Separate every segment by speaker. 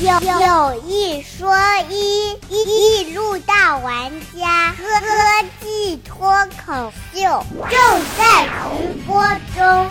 Speaker 1: 有有一说一，一一路大玩家科科技脱口秀正在直播中。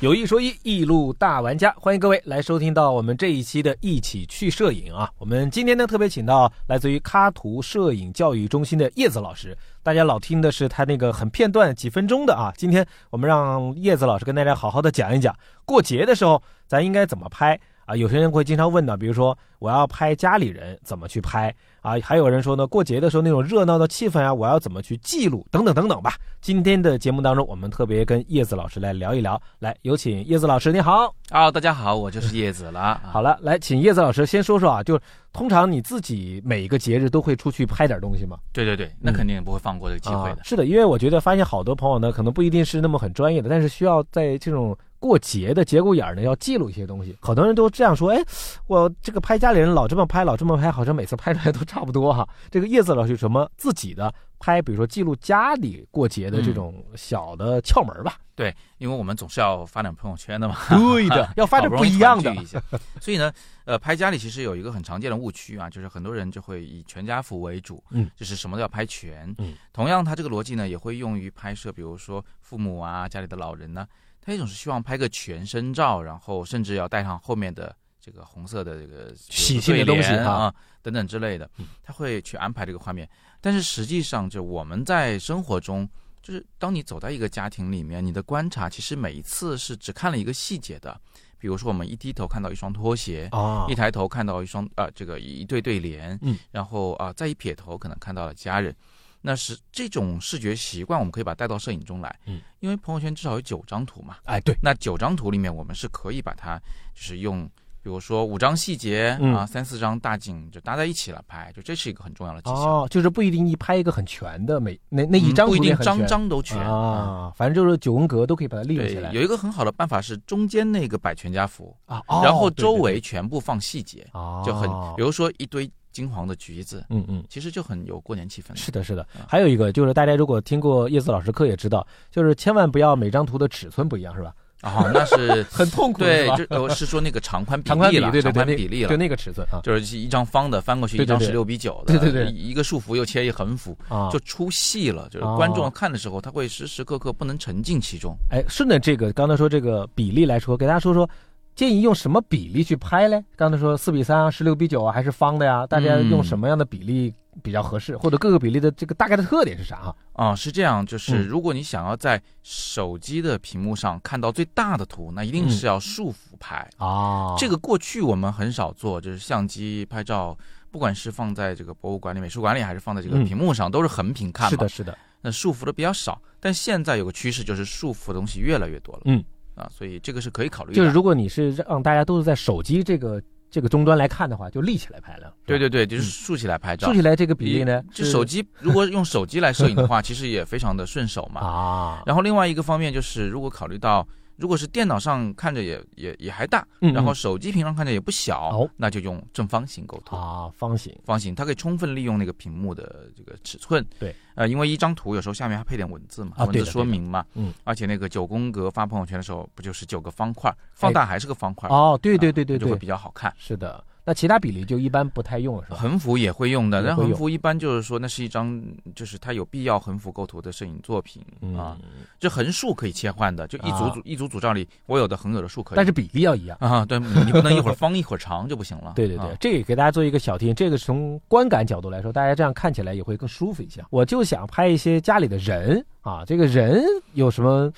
Speaker 2: 有一说一，一路大玩家，欢迎各位来收听到我们这一期的《一起去摄影》啊！我们今天呢特别请到来自于喀图摄影教育中心的叶子老师，大家老听的是他那个很片段几分钟的啊，今天我们让叶子老师跟大家好好的讲一讲过节的时候咱应该怎么拍啊？有些人会经常问到，比如说我要拍家里人怎么去拍啊？还有人说呢，过节的时候那种热闹的气氛啊，我要怎么去记录等等等等吧。今天的节目当中，我们特别跟叶子老师来聊一聊。来，有请叶子老师，你好。
Speaker 3: 啊、大家好，我就是叶子了。啊
Speaker 2: 好了，来，请叶子老师先说说啊，就通常你自己每个节日都会出去拍点东西吗？
Speaker 3: 对对对，那肯定不会放过这个机会的
Speaker 2: 嗯啊。是的，因为我觉得发现好多朋友呢，可能不一定是那么很专业的，但是需要在这种过节的节骨眼儿呢，要记录一些东西。好多人都这样说，哎，我这个拍家里人老这么拍，老这么拍，好像每次拍出来都差不多哈。这个叶子老师有什么自己的拍，比如说记录家里过节的这
Speaker 3: 嗯
Speaker 2: 种小的窍门 吧？
Speaker 3: 对，因为我们总是要发展朋友圈的嘛，
Speaker 2: 对的，要 发
Speaker 3: 好
Speaker 2: 展
Speaker 3: 不
Speaker 2: 不
Speaker 3: 容易
Speaker 2: 一样的
Speaker 3: 团聚。一下。 所以呢，呃，拍家里其实有一个很常见的误区啊，就是很多人就会以全家福为主，
Speaker 2: 嗯，
Speaker 3: 就是什么都要拍全。
Speaker 2: 嗯，
Speaker 3: 同样，它这个逻辑呢也会用于拍摄，比如说父母啊、家里的老人呢、他一种是希望拍个全身照，然后甚至要带上后面的。这个红色的这个
Speaker 2: 喜庆的东西
Speaker 3: 对联
Speaker 2: 啊嗯
Speaker 3: 啊，等等之类的，他会去安排这个画面。但是实际上，就我们在生活中，就是当你走在一个家庭里面，你的观察其实每一次是只看了一个细节的。比如说，我们一低头看到一双拖鞋，
Speaker 2: 啊
Speaker 3: 一抬头看到一双啊、这个一对对联，
Speaker 2: 嗯，
Speaker 3: 然后啊、再一撇头可能看到了家人。那是这种视觉习惯，我们可以把它带到摄影中来，
Speaker 2: 嗯，
Speaker 3: 因为朋友圈至少有九张图嘛，
Speaker 2: 哎，对，
Speaker 3: 那九张图里面，我们是可以把它就是用，比如说五张细节、
Speaker 2: 嗯
Speaker 3: 啊，三四张大景就搭在一起了拍，就这是一个很重要的技巧。
Speaker 2: 哦，就是不一定一拍一个很全的，每那那一张
Speaker 3: 嗯不一
Speaker 2: 图片
Speaker 3: 定
Speaker 2: 很
Speaker 3: 张
Speaker 2: 全
Speaker 3: 张都全。嗯
Speaker 2: 啊，反正就是九宫格都可以把它利用起
Speaker 3: 对
Speaker 2: 来，
Speaker 3: 有一个很好的办法是中间那个摆全家福，
Speaker 2: 啊，
Speaker 3: 然后
Speaker 2: 哦对
Speaker 3: 周
Speaker 2: 对
Speaker 3: 围全部放细节，
Speaker 2: 哦
Speaker 3: 就很，比如说一堆金黄的橘子，
Speaker 2: 嗯嗯。
Speaker 3: 其实就很有过年气氛了。
Speaker 2: 是的，是的
Speaker 3: 啊，
Speaker 2: 还有一个就是，大家如果听过叶子老师课也知道，就是千万不要每张图的尺寸不一样，是 吧？
Speaker 3: 啊，那是
Speaker 2: 很痛苦，
Speaker 3: 对
Speaker 2: 是吧，
Speaker 3: 就呃我是说那个长宽比
Speaker 2: 长宽
Speaker 3: 例
Speaker 2: 比，
Speaker 3: 了，
Speaker 2: 对对
Speaker 3: 长
Speaker 2: 对，
Speaker 3: 宽
Speaker 2: 那
Speaker 3: 比例
Speaker 2: 对
Speaker 3: 了。
Speaker 2: 那个尺寸啊
Speaker 3: 就是一张方的翻过去，
Speaker 2: 对对
Speaker 3: 一张
Speaker 2: 对
Speaker 3: 十六比九的，
Speaker 2: 对对对
Speaker 3: 一一个竖幅又切一横幅，
Speaker 2: 啊，
Speaker 3: 就出戏了。就是
Speaker 2: 哦
Speaker 3: 观众看的时候，他会时时刻刻不能沉浸其中。
Speaker 2: 哎，顺着这个刚才说这个比例来说，给大家说说，建议用什么比例去拍嘞？刚才说四比三啊，十六比九啊，还是方的呀？大家用什么样的比例比较合适？或者各个比例的这个大概的特点是啥啊？
Speaker 3: 啊、是这样，就是
Speaker 2: 嗯
Speaker 3: 如果你想要在手机的屏幕上看到最大的图，那一定
Speaker 2: 嗯
Speaker 3: 是要竖幅拍。
Speaker 2: 啊
Speaker 3: 这个过去我们很少做，就是相机拍照，不管是放在这个博物馆里、美术馆里，还是放在这个
Speaker 2: 嗯
Speaker 3: 屏幕上，都是横屏看嘛。
Speaker 2: 是的，，是的，
Speaker 3: 那竖幅的比较少，但现在有个趋势就是竖幅的东西越来越多了。
Speaker 2: 嗯，
Speaker 3: 啊，所以这个是可以考虑的。
Speaker 2: 就是如果你是让大家都是在手机这个这个终端来看的话，就立起来拍了。
Speaker 3: 对
Speaker 2: 是吧，
Speaker 3: 对对，就是竖起来拍
Speaker 2: 嗯
Speaker 3: 照。
Speaker 2: 竖起来嗯这个比例呢，
Speaker 3: 就是手 机如果用手机来摄影的话，其实也非常的顺手嘛。
Speaker 2: 啊，
Speaker 3: 然后另外一个方面就是，如果考虑到如果是电脑上看着也也也还大，
Speaker 2: 嗯嗯
Speaker 3: 然后手机屏上看着也不小
Speaker 2: 哦，
Speaker 3: 那就用正方形构图。
Speaker 2: 啊方形
Speaker 3: 方形，它可以充分利用那个屏幕的这个尺寸。
Speaker 2: 对，
Speaker 3: 呃，因为一张图有时候下面还配点文字嘛
Speaker 2: 啊，
Speaker 3: 文
Speaker 2: 对
Speaker 3: 字
Speaker 2: 的
Speaker 3: 说明嘛。
Speaker 2: 对的嗯。
Speaker 3: 而且那个九宫格发朋友圈的时候，不就是九个方块，放大还是个方块，啊
Speaker 2: 哦，哎对对对对
Speaker 3: 就会
Speaker 2: 对，
Speaker 3: 比较好看。
Speaker 2: 是的。那其他比例就一般不太用了，是吧？
Speaker 3: 横幅也会用的，
Speaker 2: 也
Speaker 3: 但
Speaker 2: 会用
Speaker 3: 横幅一般就是说，那是一张就是它有必要横幅构图的摄影作品啊。
Speaker 2: 嗯，
Speaker 3: 这横竖可以切换的，就一组
Speaker 2: 啊
Speaker 3: 组一组组照里，我有的横有的竖可以。
Speaker 2: 但是比例要一样。
Speaker 3: 啊，对你你不能一会儿方一会儿长就不行 了。
Speaker 2: 对对对，
Speaker 3: 啊
Speaker 2: 这也给大家做一个小提醒，这个从观感角度来说，大家这样看起来也会更舒服一些。我就想拍一些家里的人啊，这个人有什么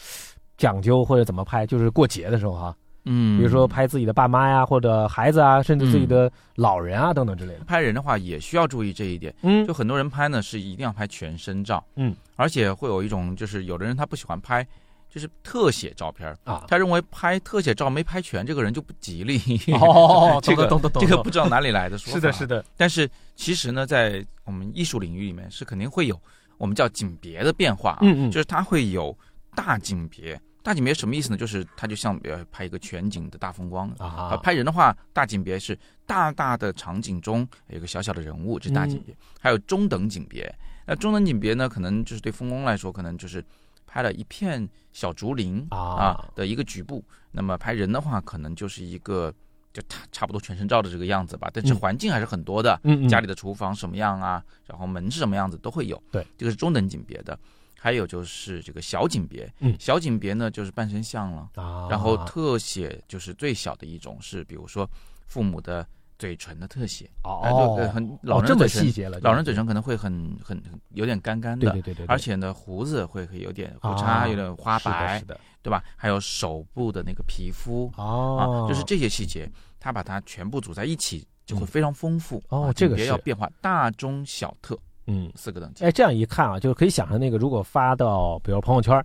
Speaker 2: 讲究或者怎么拍？就是过节的时候哈、
Speaker 3: 嗯，
Speaker 2: 比如说拍自己的爸妈呀，或者孩子啊，甚至自己的老人啊、等等之类的。
Speaker 3: 拍人的话，也需要注意这一点。
Speaker 2: 嗯
Speaker 3: 就很多人拍呢，是一定要拍全身照，
Speaker 2: 嗯，
Speaker 3: 而且会有一种就是有的人他不喜欢拍，就是特写照片儿，
Speaker 2: 啊，
Speaker 3: 他认为拍特写照没拍全，这个人就不吉利。
Speaker 2: 哦
Speaker 3: 这个
Speaker 2: 懂懂懂
Speaker 3: 这个
Speaker 2: 懂
Speaker 3: 不知道哪里来的说法。
Speaker 2: 是的，是
Speaker 3: 的。
Speaker 2: 的，
Speaker 3: 但是其实呢，在我们艺术领域里面，是肯定会有我们叫景别的变化、啊。
Speaker 2: 嗯嗯
Speaker 3: 就是它会有大景别。大景别什么意思呢？就是它就像呃拍一个全景的大风光。啊，
Speaker 2: 啊，
Speaker 3: 拍人的话，大景别是大大的场景中有个小小的人物，这是
Speaker 2: 嗯
Speaker 3: 大景别，还有中等景别。那中等景别呢，可能就是对风光来说，可能就是。拍了一片小竹林
Speaker 2: 啊
Speaker 3: 的一个局部。那么拍人的话，可能就是一个就差差不多全身照的这个样子吧，但是
Speaker 2: 嗯
Speaker 3: 环境还是很多的，
Speaker 2: 嗯嗯
Speaker 3: 家里的厨房什么样啊，然后门是什么样子都会有。
Speaker 2: 对，
Speaker 3: 这个是中等景别的，还有就是这个小景别，
Speaker 2: 嗯
Speaker 3: 小景别呢就是半身像了。
Speaker 2: 啊，
Speaker 3: 然后特写就是最小的一种是，比如说父母的嘴唇的特写，哎
Speaker 2: 哦
Speaker 3: 就，呃很老
Speaker 2: 这
Speaker 3: 人
Speaker 2: 么
Speaker 3: 嘴唇
Speaker 2: 细，节了，
Speaker 3: 老人嘴唇可能会很很很有点干干
Speaker 2: 对
Speaker 3: 的
Speaker 2: 对，对对，对
Speaker 3: 而且呢胡子会会有点胡
Speaker 2: 啊
Speaker 3: 茬，有点花
Speaker 2: 是的
Speaker 3: 白
Speaker 2: 是，的
Speaker 3: 对吧？还有手部的那个皮肤
Speaker 2: 哦
Speaker 3: 啊，，就是这些细节，他把它全部组在一起。就
Speaker 2: 嗯
Speaker 3: 会非常丰富
Speaker 2: 哦
Speaker 3: 啊
Speaker 2: 这
Speaker 3: 景
Speaker 2: 个
Speaker 3: 别
Speaker 2: 是
Speaker 3: 要变化，大、中、小、特
Speaker 2: 嗯，
Speaker 3: 四个等级。
Speaker 2: 哎，这样一看啊，就是可以想象那个如果发到比如朋友圈，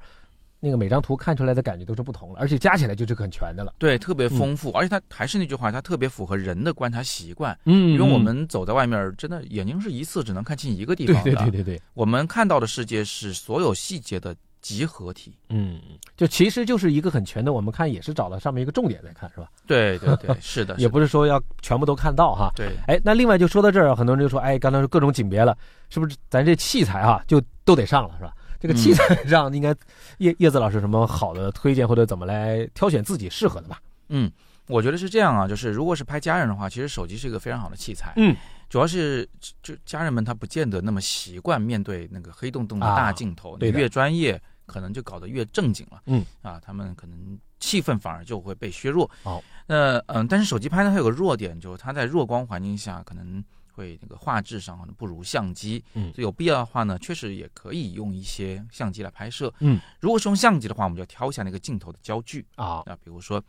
Speaker 2: 那个每张图看出来的感觉都是不同了，而且加起来就是很全的了。
Speaker 3: 对，特
Speaker 2: 嗯
Speaker 3: 别丰富，而且它还是那句话，它特别符合人的观察习惯。
Speaker 2: 嗯
Speaker 3: 因为我们走在外面儿，真的眼睛是一次只能看清一个地
Speaker 2: 对
Speaker 3: 方的。
Speaker 2: 对对对对，
Speaker 3: 我们看到的世界是所有细节的集合体。
Speaker 2: 嗯，就其实就是一个很全的，我们看也是找到上面一个重点来看，是吧？
Speaker 3: 对对对，是的，
Speaker 2: 也不
Speaker 3: 是
Speaker 2: 是说要全部都看到哈。
Speaker 3: 的对。
Speaker 2: 哎，那另外就说到这儿，很多人就说，哎，刚才说各种景别了，是不是咱这器材啊就都得上了，是吧？这个
Speaker 3: 嗯
Speaker 2: 器材上应该叶叶子老师有什么好的推荐，或者怎么来挑选自己适合的吧？
Speaker 3: 嗯，我觉得是这样啊，就是如果是拍家人的话，其实手机是一个非常好的器材。
Speaker 2: 嗯，
Speaker 3: 主要是就家人们他不见得那么习惯面对那个黑洞洞的
Speaker 2: 啊
Speaker 3: 大镜头，
Speaker 2: 对
Speaker 3: 你
Speaker 2: 的
Speaker 3: 越专业可能就搞得越正经了。
Speaker 2: 嗯，
Speaker 3: 啊，他们可能气氛反而就会被削弱。
Speaker 2: 哦，
Speaker 3: 那嗯，但是手机拍呢，它有个弱点，就是它在弱光环境下可能。会那个画质上可能不如相机，
Speaker 2: 嗯
Speaker 3: 所以有必要的话呢，确实也可以用一些相机来拍摄，
Speaker 2: 嗯，
Speaker 3: 如果是用相机的话，我们就要挑一下那个镜头的焦距，
Speaker 2: 啊，
Speaker 3: 那比如说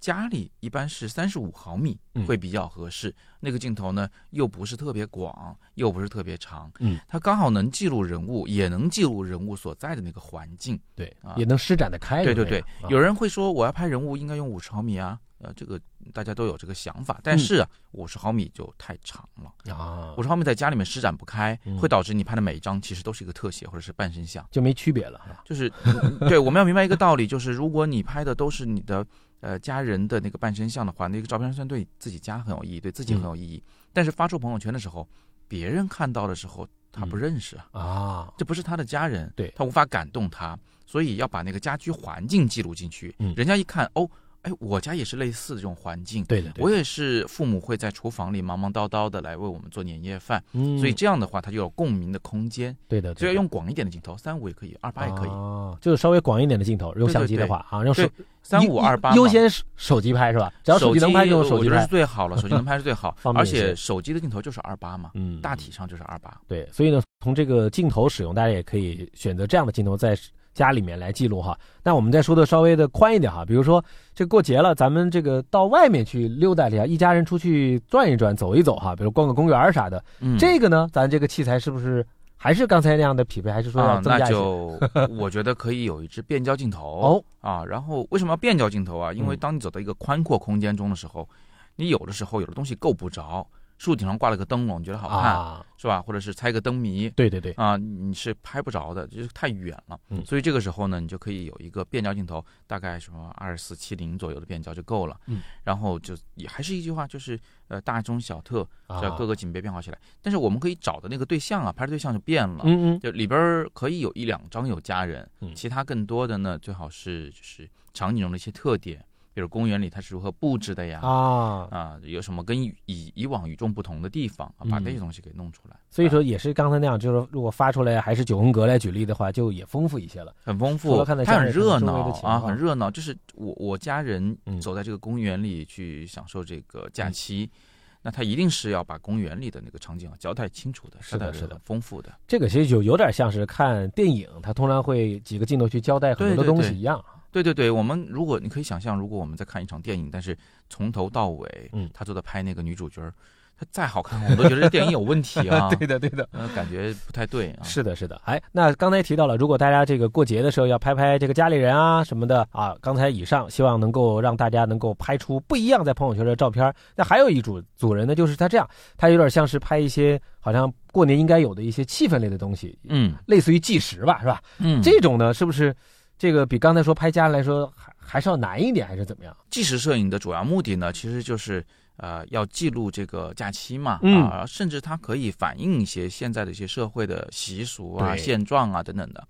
Speaker 3: 家里一般是三十五毫米
Speaker 2: 嗯
Speaker 3: 会比较合适，那个镜头呢又不是特别广，又不是特别长，
Speaker 2: 嗯，
Speaker 3: 它刚好能记录人物，也能记录人物所在的那个环境。
Speaker 2: 对
Speaker 3: 啊，
Speaker 2: 也能施展得开。
Speaker 3: 对
Speaker 2: 就这
Speaker 3: 对对
Speaker 2: 样，啊
Speaker 3: 有人会说我要拍人物应该用五十毫米啊，呃，这个大家都有这个想法，
Speaker 2: 嗯
Speaker 3: 但是啊，五十毫米就太长了，
Speaker 2: 啊
Speaker 3: 五，十毫米在家里面施展不开
Speaker 2: 嗯，
Speaker 3: 会导致你拍的每一张其实都是一个特写或者是半身像。
Speaker 2: 就没区别了哈。
Speaker 3: 就是，嗯对，我们要明白一个道理，就是如果你拍的都是你的呃家人的那个半身像的话，那个照片虽然对自己家很有意义，对自己
Speaker 2: 嗯
Speaker 3: 很有意义，但是发出朋友圈的时候，别人看到的时候他不
Speaker 2: 嗯
Speaker 3: 认识啊，
Speaker 2: 啊，
Speaker 3: 这不是他的家人，
Speaker 2: 对
Speaker 3: 他无法感动他，所以要把那个家居环境记录进去，
Speaker 2: 嗯
Speaker 3: 人家一看哦，哎，我家也是类似的这种环境。
Speaker 2: 对的，对的
Speaker 3: 我也是，父母会在厨房里忙忙叨叨的来为我们做年夜饭，
Speaker 2: 嗯
Speaker 3: 所以这样的话，它就有共鸣的空间。
Speaker 2: 对的，对
Speaker 3: 所以要
Speaker 2: 的
Speaker 3: 用广一点的镜头，三五也可以，二八也可以，
Speaker 2: 哦就是稍微广一点的镜头，用
Speaker 3: 对
Speaker 2: 相机的
Speaker 3: 对
Speaker 2: 话啊，用手
Speaker 3: 对三
Speaker 2: 优
Speaker 3: 五二八
Speaker 2: 优先手手机拍是吧？只要手机能拍就用手
Speaker 3: 我
Speaker 2: 机
Speaker 3: 觉得
Speaker 2: 拍，
Speaker 3: 是。最好了，手机能拍是最好
Speaker 2: 方便
Speaker 3: 而
Speaker 2: 一些
Speaker 3: 且手机的镜头就是二八嘛，
Speaker 2: 嗯
Speaker 3: 大体上就是二八。
Speaker 2: 对，所以呢，从这个镜头使用，大家也可以选择这样的镜头在家里面来记录哈。那我们再说的稍微的宽一点哈，比如说这过节了，咱们这个到外面去溜达一下，一家人出去转一转、走一走哈，比如逛个公园儿啥的。
Speaker 3: 嗯
Speaker 2: 这个呢，咱这个器材是不是还是刚才那样的匹配，还是说要
Speaker 3: 啊，
Speaker 2: 增
Speaker 3: 那
Speaker 2: 加一些？
Speaker 3: 就我觉得可以有一支变焦镜头
Speaker 2: 哦，
Speaker 3: 啊。然后为什么要变焦镜头啊？因为
Speaker 2: 嗯
Speaker 3: 当你走到一个宽阔空间中的时候，你有的时候有的东西够不着，树顶上挂了个灯笼，你觉得好看
Speaker 2: 啊，
Speaker 3: 是吧？或者是猜个灯谜，
Speaker 2: 对对对，
Speaker 3: 啊，你是拍不着的，就是太远了。
Speaker 2: 嗯
Speaker 3: 所以这个时候呢，你就可以有一个变焦镜头，大概什么二四七零左右的变焦就够了。
Speaker 2: 嗯，
Speaker 3: 然后就也还是一句话，就是呃大中小特，
Speaker 2: 啊
Speaker 3: 这各个景别变化起来。但是我们可以找的那个对象啊，拍的对象就变了。
Speaker 2: 嗯嗯
Speaker 3: 就里边儿可以有一两张有家人，
Speaker 2: 嗯
Speaker 3: 其他更多的呢，最好是就是场景中的一些特点，比如公园里它是如何布置的呀，
Speaker 2: 啊，
Speaker 3: 啊有什么跟以以以往与众不同的地方，啊、把
Speaker 2: 嗯
Speaker 3: 那些东西给弄出来。
Speaker 2: 所以
Speaker 3: 啊
Speaker 2: 说也是刚才那样，就是如果发出来还是九宫格来举例的话，就也丰富一些了。
Speaker 3: 很丰
Speaker 2: 除
Speaker 3: 富，
Speaker 2: 了看到
Speaker 3: 它
Speaker 2: 家
Speaker 3: 很
Speaker 2: 人
Speaker 3: 热
Speaker 2: 周围的
Speaker 3: 闹
Speaker 2: 情
Speaker 3: 啊，
Speaker 2: 况
Speaker 3: 很热闹。就是我我家人
Speaker 2: 嗯
Speaker 3: 走在这个公园里去享受这个假期，那他一定是要把公园里的那个场景啊交代清楚的，
Speaker 2: 是的
Speaker 3: 交代
Speaker 2: 是的
Speaker 3: 很丰富的。
Speaker 2: 这个其实就有点像是看电影，它通常会几个镜头去交代很多的
Speaker 3: 对对
Speaker 2: 东
Speaker 3: 对
Speaker 2: 西一样。
Speaker 3: 对对对，我们如果你可以想象，如果我们在看一场电影，但是从头到尾，
Speaker 2: 嗯，
Speaker 3: 他都在拍那个女主角儿，她再好看，我们都觉得这电影有问题啊
Speaker 2: 的，对的。
Speaker 3: 呃，感觉不太对啊。
Speaker 2: 是的，是的，哎，那刚才提到了，如果大家这个过节的时候要拍拍这个家里人啊什么的啊，刚才以上希望能够让大家能够拍出不一样在朋友圈的照片儿。那还有一组组人呢，就是他这样，他有点像是拍一些好像过年应该有的一些气氛类的东西，
Speaker 3: 嗯
Speaker 2: 类似于计时吧，是吧？
Speaker 3: 嗯，
Speaker 2: 这种呢，是不是这个比刚才说拍家人来说还还是要难一点，还是怎么样？
Speaker 3: 纪实摄影的主要目的呢，其实就是呃要记录这个假期嘛，
Speaker 2: 嗯
Speaker 3: 啊，甚至它可以反映一些现在的一些社会的习俗啊、
Speaker 2: 对
Speaker 3: 现状啊等等的。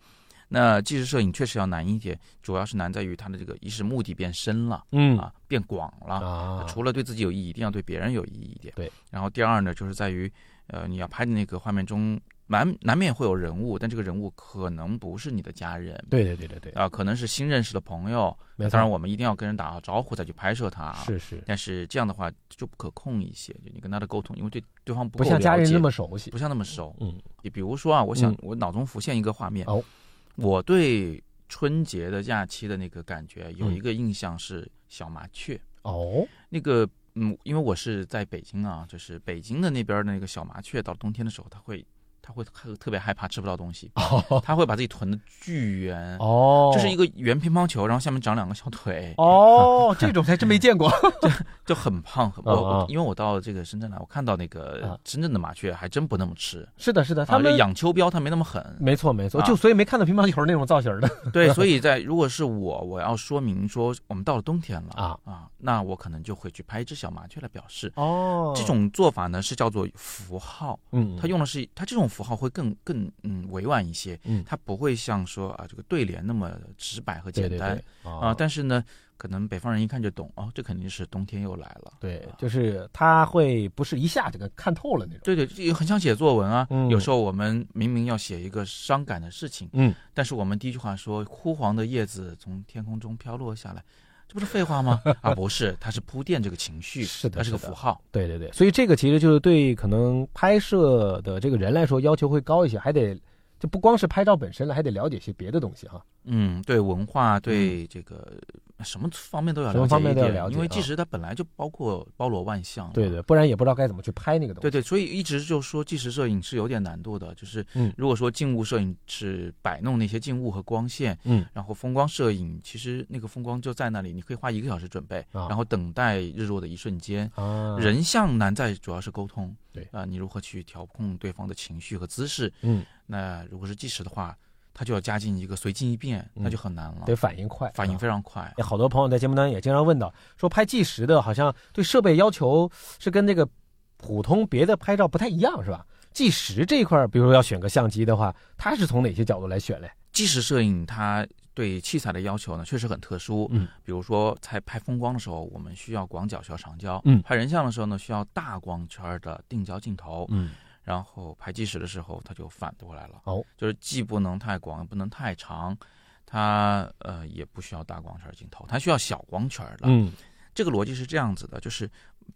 Speaker 3: 那纪实摄影确实要难一点，主要是难在于它的这个意识目的变深了
Speaker 2: 嗯
Speaker 3: 啊，变广了。
Speaker 2: 啊，
Speaker 3: 除了对自己有意义，一定要对别人有意义一点。
Speaker 2: 对。
Speaker 3: 然后第二呢，就是在于，呃，你要拍的那个画面中，难难免会有人物，但这个人物可能不是你的家人。
Speaker 2: 对对对对对，
Speaker 3: 啊，可能是新认识的朋友。
Speaker 2: 没错
Speaker 3: 当然，我们一定要跟人打好招呼再去拍摄他。。
Speaker 2: 嗯
Speaker 3: 啊
Speaker 2: 是是，
Speaker 3: 但是这样的话就不可控一些，就你跟他的沟通，因为对对方不
Speaker 2: 不
Speaker 3: 够
Speaker 2: 像家
Speaker 3: 了
Speaker 2: 人
Speaker 3: 解
Speaker 2: 那么熟悉
Speaker 3: 不。像那么熟。
Speaker 2: 嗯，
Speaker 3: 你比如说啊，我想、
Speaker 2: 嗯
Speaker 3: 我脑中浮现一个画面，
Speaker 2: 哦
Speaker 3: 我对春节的假期的那个感觉有
Speaker 2: 嗯
Speaker 3: 一个印象是小麻雀，
Speaker 2: 哦，
Speaker 3: 那个嗯，因为我是在北京啊，就是北京的那边儿的那个小麻雀，到冬天的时候它会它会特特别害怕吃不到东西，
Speaker 2: 哦，
Speaker 3: 它会把自己囤的巨圆，
Speaker 2: 哦
Speaker 3: 嗯就是一个圆乒乓球，然后下面长两个小腿，
Speaker 2: 哦，这种还真没见过。
Speaker 3: 就很胖很
Speaker 2: 啊
Speaker 3: 我
Speaker 2: 啊
Speaker 3: 我因为我到这个深圳来，我看到那个
Speaker 2: 啊
Speaker 3: 深圳的麻雀还真不那么吃，
Speaker 2: 是的，是的，他
Speaker 3: 它
Speaker 2: 们
Speaker 3: 啊养秋膘它没那么狠，
Speaker 2: 没错没错，
Speaker 3: 啊
Speaker 2: 就所以没看到乒乓球那种造型的
Speaker 3: 对，所以在如果是我，我要说明说我们到了冬天了
Speaker 2: 啊
Speaker 3: 啊，那我可能就会去拍一只小麻雀来表示。
Speaker 2: 哦
Speaker 3: 这种做法呢是叫做符号，
Speaker 2: 嗯，
Speaker 3: 它用的是它这种符号会更更嗯委婉一些，
Speaker 2: 嗯
Speaker 3: 它不会像说啊这个对联那么直白和简
Speaker 2: 对对哦
Speaker 3: 单
Speaker 2: 对
Speaker 3: 啊，但是呢，可能北方人一看就懂哦，这肯定是冬天又来了。
Speaker 2: 对，就是他会不是一下这个看透了那种。
Speaker 3: 对对，这也很像写作文啊。
Speaker 2: 嗯
Speaker 3: 有时候我们明明要写一个伤感的事情，
Speaker 2: 嗯，
Speaker 3: 但是我们第一句话说“枯黄的叶子从天空中飘落下来”，这不是废 话吗？啊，不是，它是铺垫这个情绪，
Speaker 2: 是的
Speaker 3: 它是个
Speaker 2: 是的
Speaker 3: 符号。
Speaker 2: 对对对，所以这个其实就是对可能拍摄的这个人来说要求会高一些，还得就不光是拍照本身了，还得了解些别的东西哈。
Speaker 3: 嗯，对文化，对这个什么方面都
Speaker 2: 嗯
Speaker 3: 要
Speaker 2: 什么
Speaker 3: 了解
Speaker 2: 方
Speaker 3: 一
Speaker 2: 面
Speaker 3: 点，
Speaker 2: 都要了解
Speaker 3: 因为
Speaker 2: 啊
Speaker 3: 纪实它本来就包括包罗万象。
Speaker 2: 对。对，不然也不知道该怎么去拍那个东
Speaker 3: 对
Speaker 2: 西。
Speaker 3: 对，所以一直就说纪实摄影是有点难度的，就是
Speaker 2: 嗯
Speaker 3: 如果说静物摄影是摆弄那些静物和光线，
Speaker 2: 嗯，
Speaker 3: 然后风光摄影，其实那个风光就在那里，你可以花一个小时准备，
Speaker 2: 啊
Speaker 3: 然后等待日落的一瞬间。
Speaker 2: 啊，
Speaker 3: 人像难在主要是沟通，
Speaker 2: 对
Speaker 3: 啊、你如何去调控对方的情绪和姿势？
Speaker 2: 嗯，
Speaker 3: 那如果是计时的话，他就要加进一个随机应变，
Speaker 2: 嗯
Speaker 3: 那就很难了，
Speaker 2: 得反应快，
Speaker 3: 反应
Speaker 2: 啊
Speaker 3: 非常快。
Speaker 2: 也好多朋友在节目当中也经常问到，说拍纪实的好像对设备要求是跟这个普通别的拍照不太一样，是吧？纪实这一块儿，比如说要选个相机的话，它是从哪些角度来选嘞？
Speaker 3: 纪实摄影它对器材的要求呢，确实很特殊。
Speaker 2: 嗯，
Speaker 3: 比如说在拍风光的时候，我们需要广角，需要长焦；
Speaker 2: 嗯
Speaker 3: 拍人像的时候呢，需要大光圈的定焦镜头。
Speaker 2: 嗯，
Speaker 3: 然后拍纪实的时候，它就反过来了。
Speaker 2: 哦，
Speaker 3: 就是既不能太广，也不能太长，它呃也不需要大光圈镜头，它需要小光圈的。
Speaker 2: 嗯
Speaker 3: 这个逻辑是这样子的，就是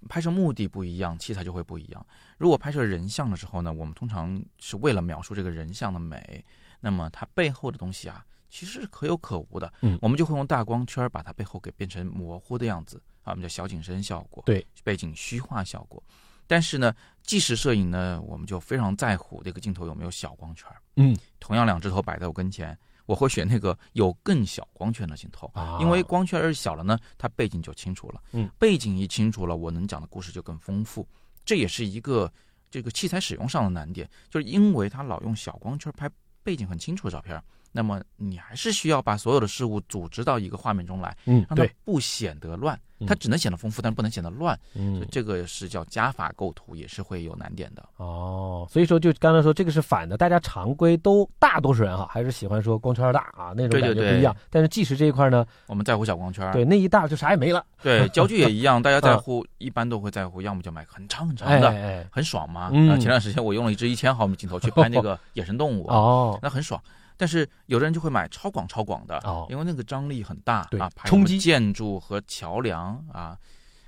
Speaker 3: 拍摄目的不一样，器材就会不一样。如果拍摄人像的时候呢，我们通常是为了描述这个人像的美，那么它背后的东西啊，其实是可有可无的。
Speaker 2: 嗯
Speaker 3: 我们就会用大光圈把它背后给变成模糊的样子啊，我们叫小景深效果，
Speaker 2: 对，
Speaker 3: 背景虚化效果。但是呢，纪实摄影呢，我们就非常在乎这个镜头有没有小光圈。
Speaker 2: 嗯
Speaker 3: 同样两只头摆在我跟前，我会选那个有更小光圈的镜头，
Speaker 2: 啊
Speaker 3: 因为光圈要是小了呢，它背景就清楚了。
Speaker 2: 嗯，
Speaker 3: 背景一清楚了，我能讲的故事就更丰富。这也是一个这个器材使用上的难点，就是因为它老用小光圈拍背景很清楚的照片儿，那么你还是需要把所有的事物组织到一个画面中来，
Speaker 2: 嗯
Speaker 3: 让它
Speaker 2: 对，
Speaker 3: 不显得乱。它
Speaker 2: 嗯
Speaker 3: 只能显得丰富，但不能显得乱。所
Speaker 2: 嗯
Speaker 3: 以这个是叫加法构图，也是会有难点的。
Speaker 2: 哦，所以说就刚才说这个是反的，大家常规都大多数人哈还是喜欢说光圈大啊那种
Speaker 3: 对对
Speaker 2: 感觉不
Speaker 3: 对啊
Speaker 2: 一样，但是纪实这一块呢，
Speaker 3: 我们在乎小光圈儿，
Speaker 2: 对那一大就啥也没了，
Speaker 3: 对，焦距也一样，大家在
Speaker 2: 嗯
Speaker 3: 乎，一般都会在乎，要么就买很长很长
Speaker 2: 哎
Speaker 3: 的，
Speaker 2: 哎哎
Speaker 3: 很爽嘛。
Speaker 2: 嗯
Speaker 3: 啊前段时间我用了一支一千毫米镜头去拍 那个野生动物，
Speaker 2: 哦
Speaker 3: 那很爽。但是有的人就会买超广超广的，
Speaker 2: 哦
Speaker 3: 啊因为那个张力很大
Speaker 2: 对
Speaker 3: 啊，拍
Speaker 2: 冲
Speaker 3: 什么
Speaker 2: 击
Speaker 3: 建筑和桥梁啊，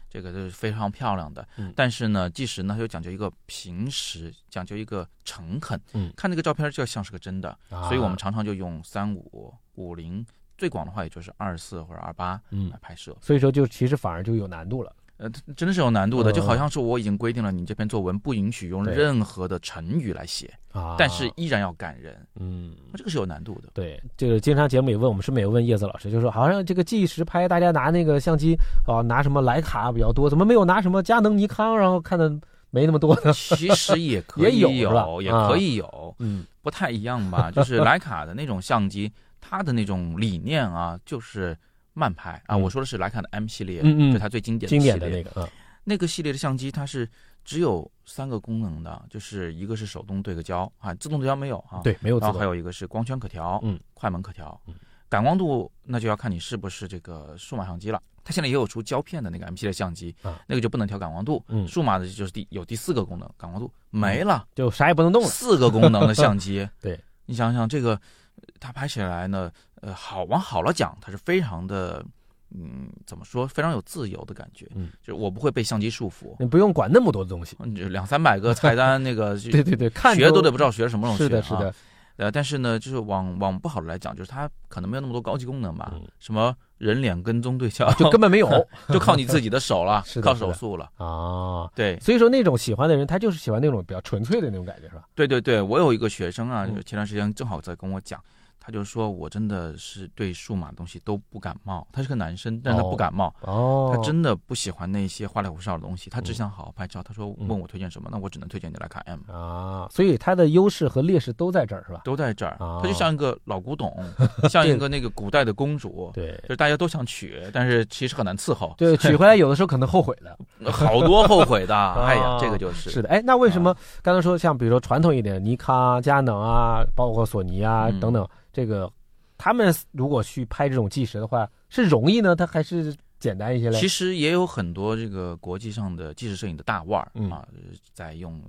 Speaker 3: 这个都是非常漂亮的。
Speaker 2: 嗯
Speaker 3: 但是呢，纪实呢它又讲究一个平实，讲究一个诚恳。
Speaker 2: 嗯
Speaker 3: 看那个照片就像是个真的，
Speaker 2: 啊
Speaker 3: 所以我们常常就用三五五零，最广的话也就是二四或者二八
Speaker 2: 嗯
Speaker 3: 来拍摄。
Speaker 2: 所以说就其实反而就有难度了。
Speaker 3: 呃，它真的是有难度
Speaker 2: 嗯
Speaker 3: 的，就好像是我已经规定了，你这篇作文不允许用
Speaker 2: 对
Speaker 3: 任何的成语来写，
Speaker 2: 啊，
Speaker 3: 但是依然要感人，
Speaker 2: 嗯，
Speaker 3: 那这个是有难度 的。
Speaker 2: 对，这个经常节目也问我们，是不是也问叶子老师，就说好像这个纪实拍，大家拿那个相机啊、拿什么徕卡比较多，怎么没有拿什么佳能、尼康，然后看的没那么多 呢？
Speaker 3: 其实也可
Speaker 2: 也
Speaker 3: 以
Speaker 2: 有
Speaker 3: 有，也
Speaker 2: 是吧啊
Speaker 3: 可以有，
Speaker 2: 嗯，
Speaker 3: 不太一样 吧？就是徕卡的那种相机，它的那种理念啊，就是慢拍啊。
Speaker 2: 嗯
Speaker 3: 我说的是徕卡的 M 系列，
Speaker 2: 嗯嗯
Speaker 3: 就它最经典的
Speaker 2: 经典的
Speaker 3: 系列
Speaker 2: 那个，嗯，
Speaker 3: 那个系列的相机它是只有三个功能的，就是一个是手动对个焦啊，自动对焦没有啊，，
Speaker 2: 对，没有自
Speaker 3: 然后
Speaker 2: 动
Speaker 3: 还有一个是光圈可调，
Speaker 2: 嗯，
Speaker 3: 快门可调
Speaker 2: 嗯，
Speaker 3: 感光度那就要看你是不是这个数码相机了。它现在也有出胶片的那个 M 系列相机
Speaker 2: 啊，
Speaker 3: 那个就不能调感光度，
Speaker 2: 嗯
Speaker 3: 数码的就是第有第四个功能，感光度没了，
Speaker 2: 就啥也不能动了。，
Speaker 3: 四个功能的相机
Speaker 2: 对
Speaker 3: 你想想这个，呃它拍起来呢，呃，好往好了讲，它是非常的，嗯，怎么说，非常有自由的感觉，
Speaker 2: 嗯，
Speaker 3: 就我不会被相机束缚，
Speaker 2: 你不用管那么多的东西。
Speaker 3: 嗯就两三百个菜单，那 个
Speaker 2: 对对对，看
Speaker 3: 学
Speaker 2: 就
Speaker 3: 都得不知道学什么东西、
Speaker 2: 是
Speaker 3: 啊，
Speaker 2: 的，是的，
Speaker 3: 呃，但是呢，就是往往不好的来讲，就是它可能没有那么多高级功能吧，
Speaker 2: 嗯
Speaker 3: 什么人脸跟踪对焦，
Speaker 2: 就根本没 有
Speaker 3: 就靠你自己的手 了，
Speaker 2: 是的
Speaker 3: 靠
Speaker 2: 是
Speaker 3: 手
Speaker 2: 的
Speaker 3: 速了。
Speaker 2: 啊。
Speaker 3: 对
Speaker 2: 所以说，那种喜欢的人，他就是喜欢那种比较纯粹的那种感觉，是吧？
Speaker 3: 对对对，我有一个学生啊，
Speaker 2: 嗯
Speaker 3: 就前段时间正好在跟我讲，他就说我真的是对数码东西都不感冒，他是个男生，但是他
Speaker 2: 哦
Speaker 3: 不感冒。
Speaker 2: 哦，
Speaker 3: 他真的不喜欢那些花里胡哨的东西，他只
Speaker 2: 嗯
Speaker 3: 想好好拍照。他说
Speaker 2: 嗯
Speaker 3: 问我推荐什么，那我只能推荐你来看 M，
Speaker 2: 啊，所以它的优势和劣势都在这儿，是吧？
Speaker 3: 都在这儿。他
Speaker 2: 哦
Speaker 3: 就像一个老古董， 像一个那个古代的公主，
Speaker 2: 对
Speaker 3: 就是大家都想娶，但是其实很难伺候。
Speaker 2: 对，取回来有的时候可能后悔了。
Speaker 3: 好多后 悔的，哎呀，这个就是
Speaker 2: 啊是的，哎，那为
Speaker 3: 啊
Speaker 2: 什么刚才说像比如说传统一点，尼康、佳能啊，包括索尼啊
Speaker 3: 嗯
Speaker 2: 等等，这个他们如果去拍这种纪实的话，是容易呢，它还是简单一些嘞？
Speaker 3: 其实也有很多这个国际上的纪实摄影的大腕儿、
Speaker 2: 嗯
Speaker 3: 啊，呃在用，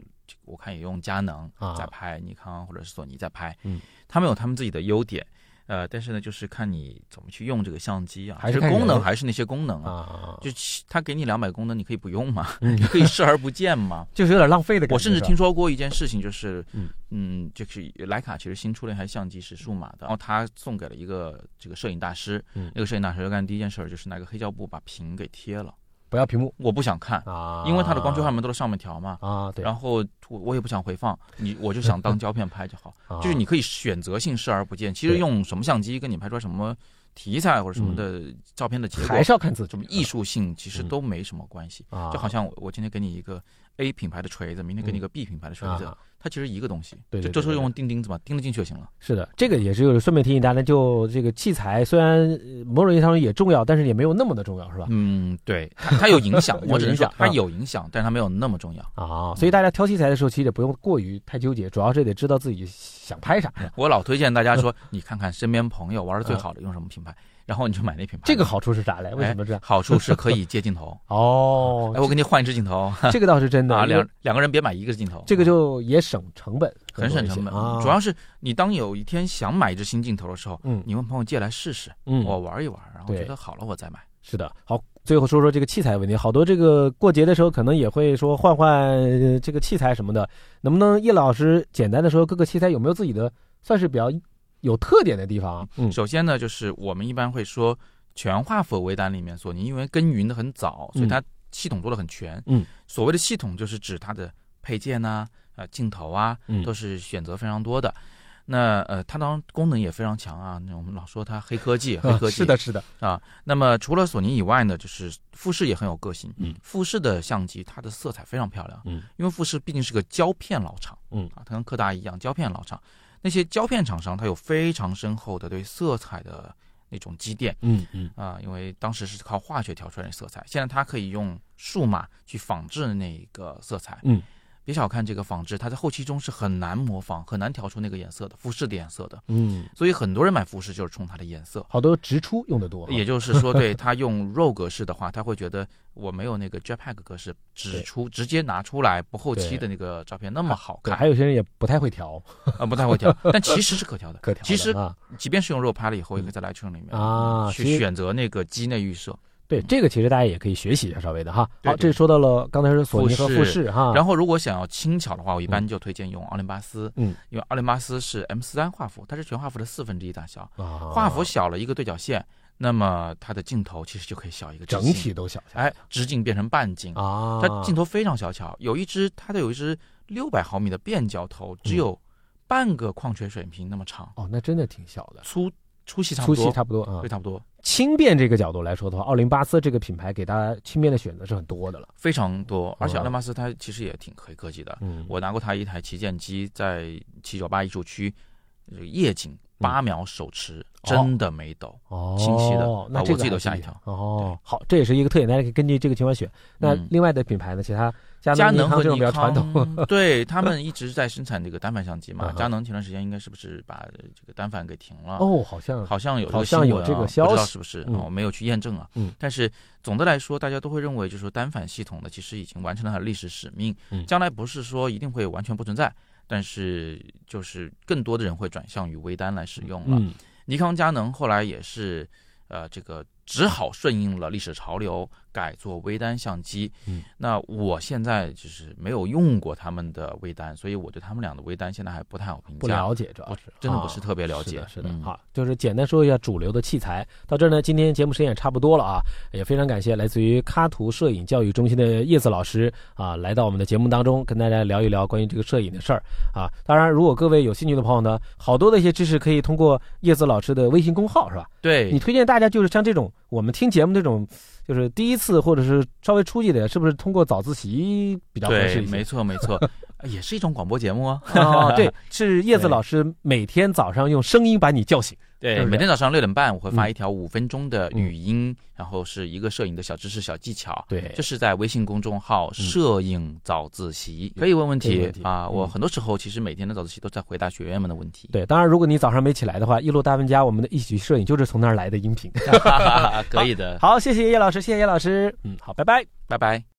Speaker 3: 我看也用佳能
Speaker 2: 啊
Speaker 3: 在拍，尼康或者是索尼在拍，
Speaker 2: 嗯，
Speaker 3: 他们有他们自己的优点，呃，但是呢，就是看你怎么去用这个相机啊，
Speaker 2: 还是
Speaker 3: 其实
Speaker 2: 看人
Speaker 3: 功能还是那些功能啊，
Speaker 2: 啊，
Speaker 3: 就其他给你两百功能，你可以不用嘛，
Speaker 2: 嗯。
Speaker 3: 你可以视而不见嘛
Speaker 2: 就是有点浪费的感觉。
Speaker 3: 我甚至
Speaker 2: 是吧
Speaker 3: 听说过一件事情，就是
Speaker 2: 嗯，
Speaker 3: 嗯，就是徕卡其实新出了一台相机是数码的，然后他送给了一个这个摄影大师，
Speaker 2: 嗯
Speaker 3: 那个摄影大师就干第一件事儿就是拿个黑胶布把屏给贴了。
Speaker 2: 不要屏幕
Speaker 3: 我不想看，
Speaker 2: 啊，
Speaker 3: 因为它的光圈快门都是上面调嘛。
Speaker 2: 啊，对，
Speaker 3: 然后我我也不想回 放，你我就想当胶片拍就好，
Speaker 2: 啊
Speaker 3: 就是你可以选择性视而不见。其实
Speaker 2: 对
Speaker 3: 用什么相机跟你拍出来什么题材或者什么的照片的结果
Speaker 2: 嗯还，是要嗯看自己
Speaker 3: 什么艺术性其实都没什么关系。
Speaker 2: 啊，
Speaker 3: 就好像我我今天给你一个 A 品牌的锤子，明天给你一个 B 品牌的锤子
Speaker 2: 啊，
Speaker 3: 它其实一个东西，
Speaker 2: 对
Speaker 3: 就
Speaker 2: 对
Speaker 3: 这时候
Speaker 2: 对对
Speaker 3: 用钉钉子嘛，钉得进去就行了。
Speaker 2: 是的，这个也是就是顺便提醒大家，就这个器材虽然呃某种意义上也重要，但是也没有那么的重要，是吧？
Speaker 3: 嗯，对，它它有
Speaker 2: ，
Speaker 3: 影响
Speaker 2: 有
Speaker 3: 我只能
Speaker 2: 影
Speaker 3: 说
Speaker 2: 响
Speaker 3: 它
Speaker 2: 啊
Speaker 3: 有影响，但是它没有那么重要。
Speaker 2: 啊，所以大家挑器材的时候，其实也不用过于太纠结，主要是得知道自己想拍啥。是吧
Speaker 3: 我老推荐大 家说，你看看身边朋友玩的最好的用什么品牌，然后你就买那品
Speaker 2: 嗯
Speaker 3: 牌。
Speaker 2: 这个好处是啥嘞？为
Speaker 3: 哎
Speaker 2: 什么这样？
Speaker 3: 好处是可以接镜 头。
Speaker 2: 哦
Speaker 3: 哎，，我给你换一支 镜头
Speaker 2: 这个倒是真的，
Speaker 3: 啊，
Speaker 2: 因为
Speaker 3: 两两个人别买一个镜头，嗯
Speaker 2: 这个就也省成本多一
Speaker 3: 很
Speaker 2: 些，
Speaker 3: 省成本。
Speaker 2: 啊。
Speaker 3: 主要是你当有一天想买一支新镜头的时候，
Speaker 2: 嗯
Speaker 3: 你问朋友借来试试，
Speaker 2: 嗯，
Speaker 3: 我玩一玩，然后
Speaker 2: 对
Speaker 3: 觉得好了我再买。
Speaker 2: 是的，好，最后说说这个器材问题。好多这个过节的时候，可能也会说换换呃这个器材什么的。能不能叶老师简单的说各个器材有没有自己的算是比较有特点的地方啊？嗯
Speaker 3: 首先呢，就是我们一般会说全画幅微单里面，索尼因为耕耘的很早，所以它系统做的很全。
Speaker 2: 嗯，
Speaker 3: 所谓的系统就是指它的配件呐、啊、镜头啊，
Speaker 2: 嗯
Speaker 3: 都是选择非常多的。那呃，它当然功能也非常强啊，那我们老说它黑 科技， 黑科技
Speaker 2: 是的，是的，
Speaker 3: 啊。那么除了索尼以外呢，就是富士也很有个性。
Speaker 2: 嗯，
Speaker 3: 富士的相机它的色彩非常漂亮。
Speaker 2: 嗯，
Speaker 3: 因为富士毕竟是个胶片老厂。
Speaker 2: 嗯
Speaker 3: 啊，它跟柯达一样，胶片老厂，那些胶片厂商它有非常深厚的对色彩的那种积淀
Speaker 2: 嗯嗯
Speaker 3: 啊、因为当时是靠化学调出来的色彩，现在它可以用数码去仿制那个色彩。
Speaker 2: 嗯，
Speaker 3: 别小看这个仿制，它在后期中是很难模仿、很难调出那个颜色的，富士的颜色的。
Speaker 2: 嗯，
Speaker 3: 所以很多人买富士就是冲它的颜色。
Speaker 2: 好多直出用的多啊，
Speaker 3: 也就是说，对他用 RAW 格式的话，他会觉得我没有那个 JPEG 格式
Speaker 2: 对
Speaker 3: 只出直接拿出来不后期
Speaker 2: 对啊
Speaker 3: 的那个照片那么好
Speaker 2: 对
Speaker 3: 看
Speaker 2: 还有些人也不太会调，
Speaker 3: 啊，不太 会调，但其实是可调的。
Speaker 2: 可调的
Speaker 3: 其实
Speaker 2: 啊，
Speaker 3: 即便是用 RAW 拍了以后，也可以在 Lightroom 里面
Speaker 2: 啊其
Speaker 3: 去
Speaker 2: 实
Speaker 3: 选择那个机内预设。
Speaker 2: 对这个其实大家也可以学习一下稍微的哈。
Speaker 3: 对
Speaker 2: 好，
Speaker 3: 嗯
Speaker 2: 这
Speaker 3: 对
Speaker 2: 说到了刚才是索尼和
Speaker 3: 富士
Speaker 2: 富士哈，
Speaker 3: 然
Speaker 2: 后
Speaker 3: 后如果想要轻巧的话，我一般就推荐用奥林巴斯，
Speaker 2: 嗯，
Speaker 3: 因为奥林巴斯是 M 四三画幅，它是全画幅的四分之一大小，
Speaker 2: 画
Speaker 3: 画幅小了一个对角线，那么它的镜头其实就可以小一个直
Speaker 2: 整
Speaker 3: 径
Speaker 2: 体，都小下来
Speaker 3: 哎，直径变成半径
Speaker 2: 啊，
Speaker 3: 它镜头非常小巧，有一只它的有一只六百毫米的变焦头，
Speaker 2: 嗯
Speaker 3: 只有半个矿泉水瓶那么长，
Speaker 2: 哦，那真的挺小的，
Speaker 3: 粗粗细差
Speaker 2: 粗
Speaker 3: 不多，
Speaker 2: 细差不多啊
Speaker 3: 对，。差不多，
Speaker 2: 轻便这个角度来说的话，奥林巴斯这个品牌给大家轻便的选择是很多的了。
Speaker 3: 非常多。而且
Speaker 2: 嗯
Speaker 3: 奥林巴斯它其实也挺黑科技的，
Speaker 2: 嗯嗯
Speaker 3: 我拿过它一台旗舰机，在七九八艺术区，就是夜景八秒手持，真的没抖。
Speaker 2: 哦，
Speaker 3: 清晰的
Speaker 2: 那
Speaker 3: 啊
Speaker 2: 这个
Speaker 3: 我自己
Speaker 2: 还
Speaker 3: 都
Speaker 2: 是
Speaker 3: 吓一
Speaker 2: 一样
Speaker 3: 跳。
Speaker 2: 哦，好，这也是一个特点，大家可以根据这个情况选。那
Speaker 3: 嗯
Speaker 2: 另外的品牌呢？其他佳
Speaker 3: 佳
Speaker 2: 能、尼
Speaker 3: 能
Speaker 2: 康
Speaker 3: 和
Speaker 2: 这种
Speaker 3: 尼
Speaker 2: 比较
Speaker 3: 康
Speaker 2: 传统，
Speaker 3: 对他们一直在生产这个单反相机嘛
Speaker 2: 嗯。哼
Speaker 3: 佳能前段时间应该是不是把这个单反给停了？
Speaker 2: 哦，好像
Speaker 3: 好像有
Speaker 2: 好
Speaker 3: 个
Speaker 2: 像
Speaker 3: 新
Speaker 2: 有
Speaker 3: 闻
Speaker 2: 这
Speaker 3: 啊
Speaker 2: 个
Speaker 3: 不
Speaker 2: 消
Speaker 3: 知道
Speaker 2: 息
Speaker 3: 是不是？
Speaker 2: 嗯
Speaker 3: 啊我没有去验证啊。
Speaker 2: 嗯
Speaker 3: 但是总的来说，大家都会认为，就是说单反系统呢，其实已经完成了它的历史使命。
Speaker 2: 嗯
Speaker 3: 将来不是说一定会完全不存在，但是就是更多的人会转向于微单来使用了。
Speaker 2: 嗯
Speaker 3: 尼康、佳能后来也是，呃，这个只好顺应了历史潮流，改做微单相机。
Speaker 2: 嗯，
Speaker 3: 那我现在就是没有用过他们的微单，所以我对他们俩的微单现在还不太好评价。
Speaker 2: 不了解，主要
Speaker 3: 不
Speaker 2: 是
Speaker 3: 真的不
Speaker 2: 啊
Speaker 3: 是特别了解。
Speaker 2: 是的，是的，
Speaker 3: 嗯
Speaker 2: 好，就是简单说一下主流的器材。到这儿呢，今天节目时间也差不多了啊，也非常感谢来自于咔图摄影教育中心的叶子老师啊，来到我们的节目当中，跟大家聊一聊关于这个摄影的事儿啊。当然，如果各位有兴趣的朋友呢，好多的一些知识可以通过叶子老师的微信公号是吧？
Speaker 3: 对
Speaker 2: 你，推荐大家就是像这种我们听节目这种，就是第一次或者是稍微初级的，是不是通过早自习比较合适
Speaker 3: 对，
Speaker 2: 一些
Speaker 3: 没？错 没错，也是一种广播节目啊。
Speaker 2: 哦， 对，是叶子
Speaker 3: 对
Speaker 2: 老师每天早上用声音把你叫醒。对
Speaker 3: 对，
Speaker 2: 不对
Speaker 3: 每天早上六点半我会发一条五分钟的语音，然后是一个摄影的小知识、小技巧。
Speaker 2: 嗯对嗯
Speaker 3: 这是在微信公众号“摄影早自习”，可以问问
Speaker 2: 可以问
Speaker 3: 题
Speaker 2: 问题
Speaker 3: 啊。
Speaker 2: 嗯
Speaker 3: 我很多时候其实每天的早自习都在回答学员们的问 题。
Speaker 2: 对，当然，如果你早上没起来的话，一路大玩家我们的一起摄影就是从 那儿来的音频。
Speaker 3: 对，可以的，
Speaker 2: 好，谢谢叶老师，谢谢叶老师，嗯，好，拜拜。
Speaker 3: 拜拜。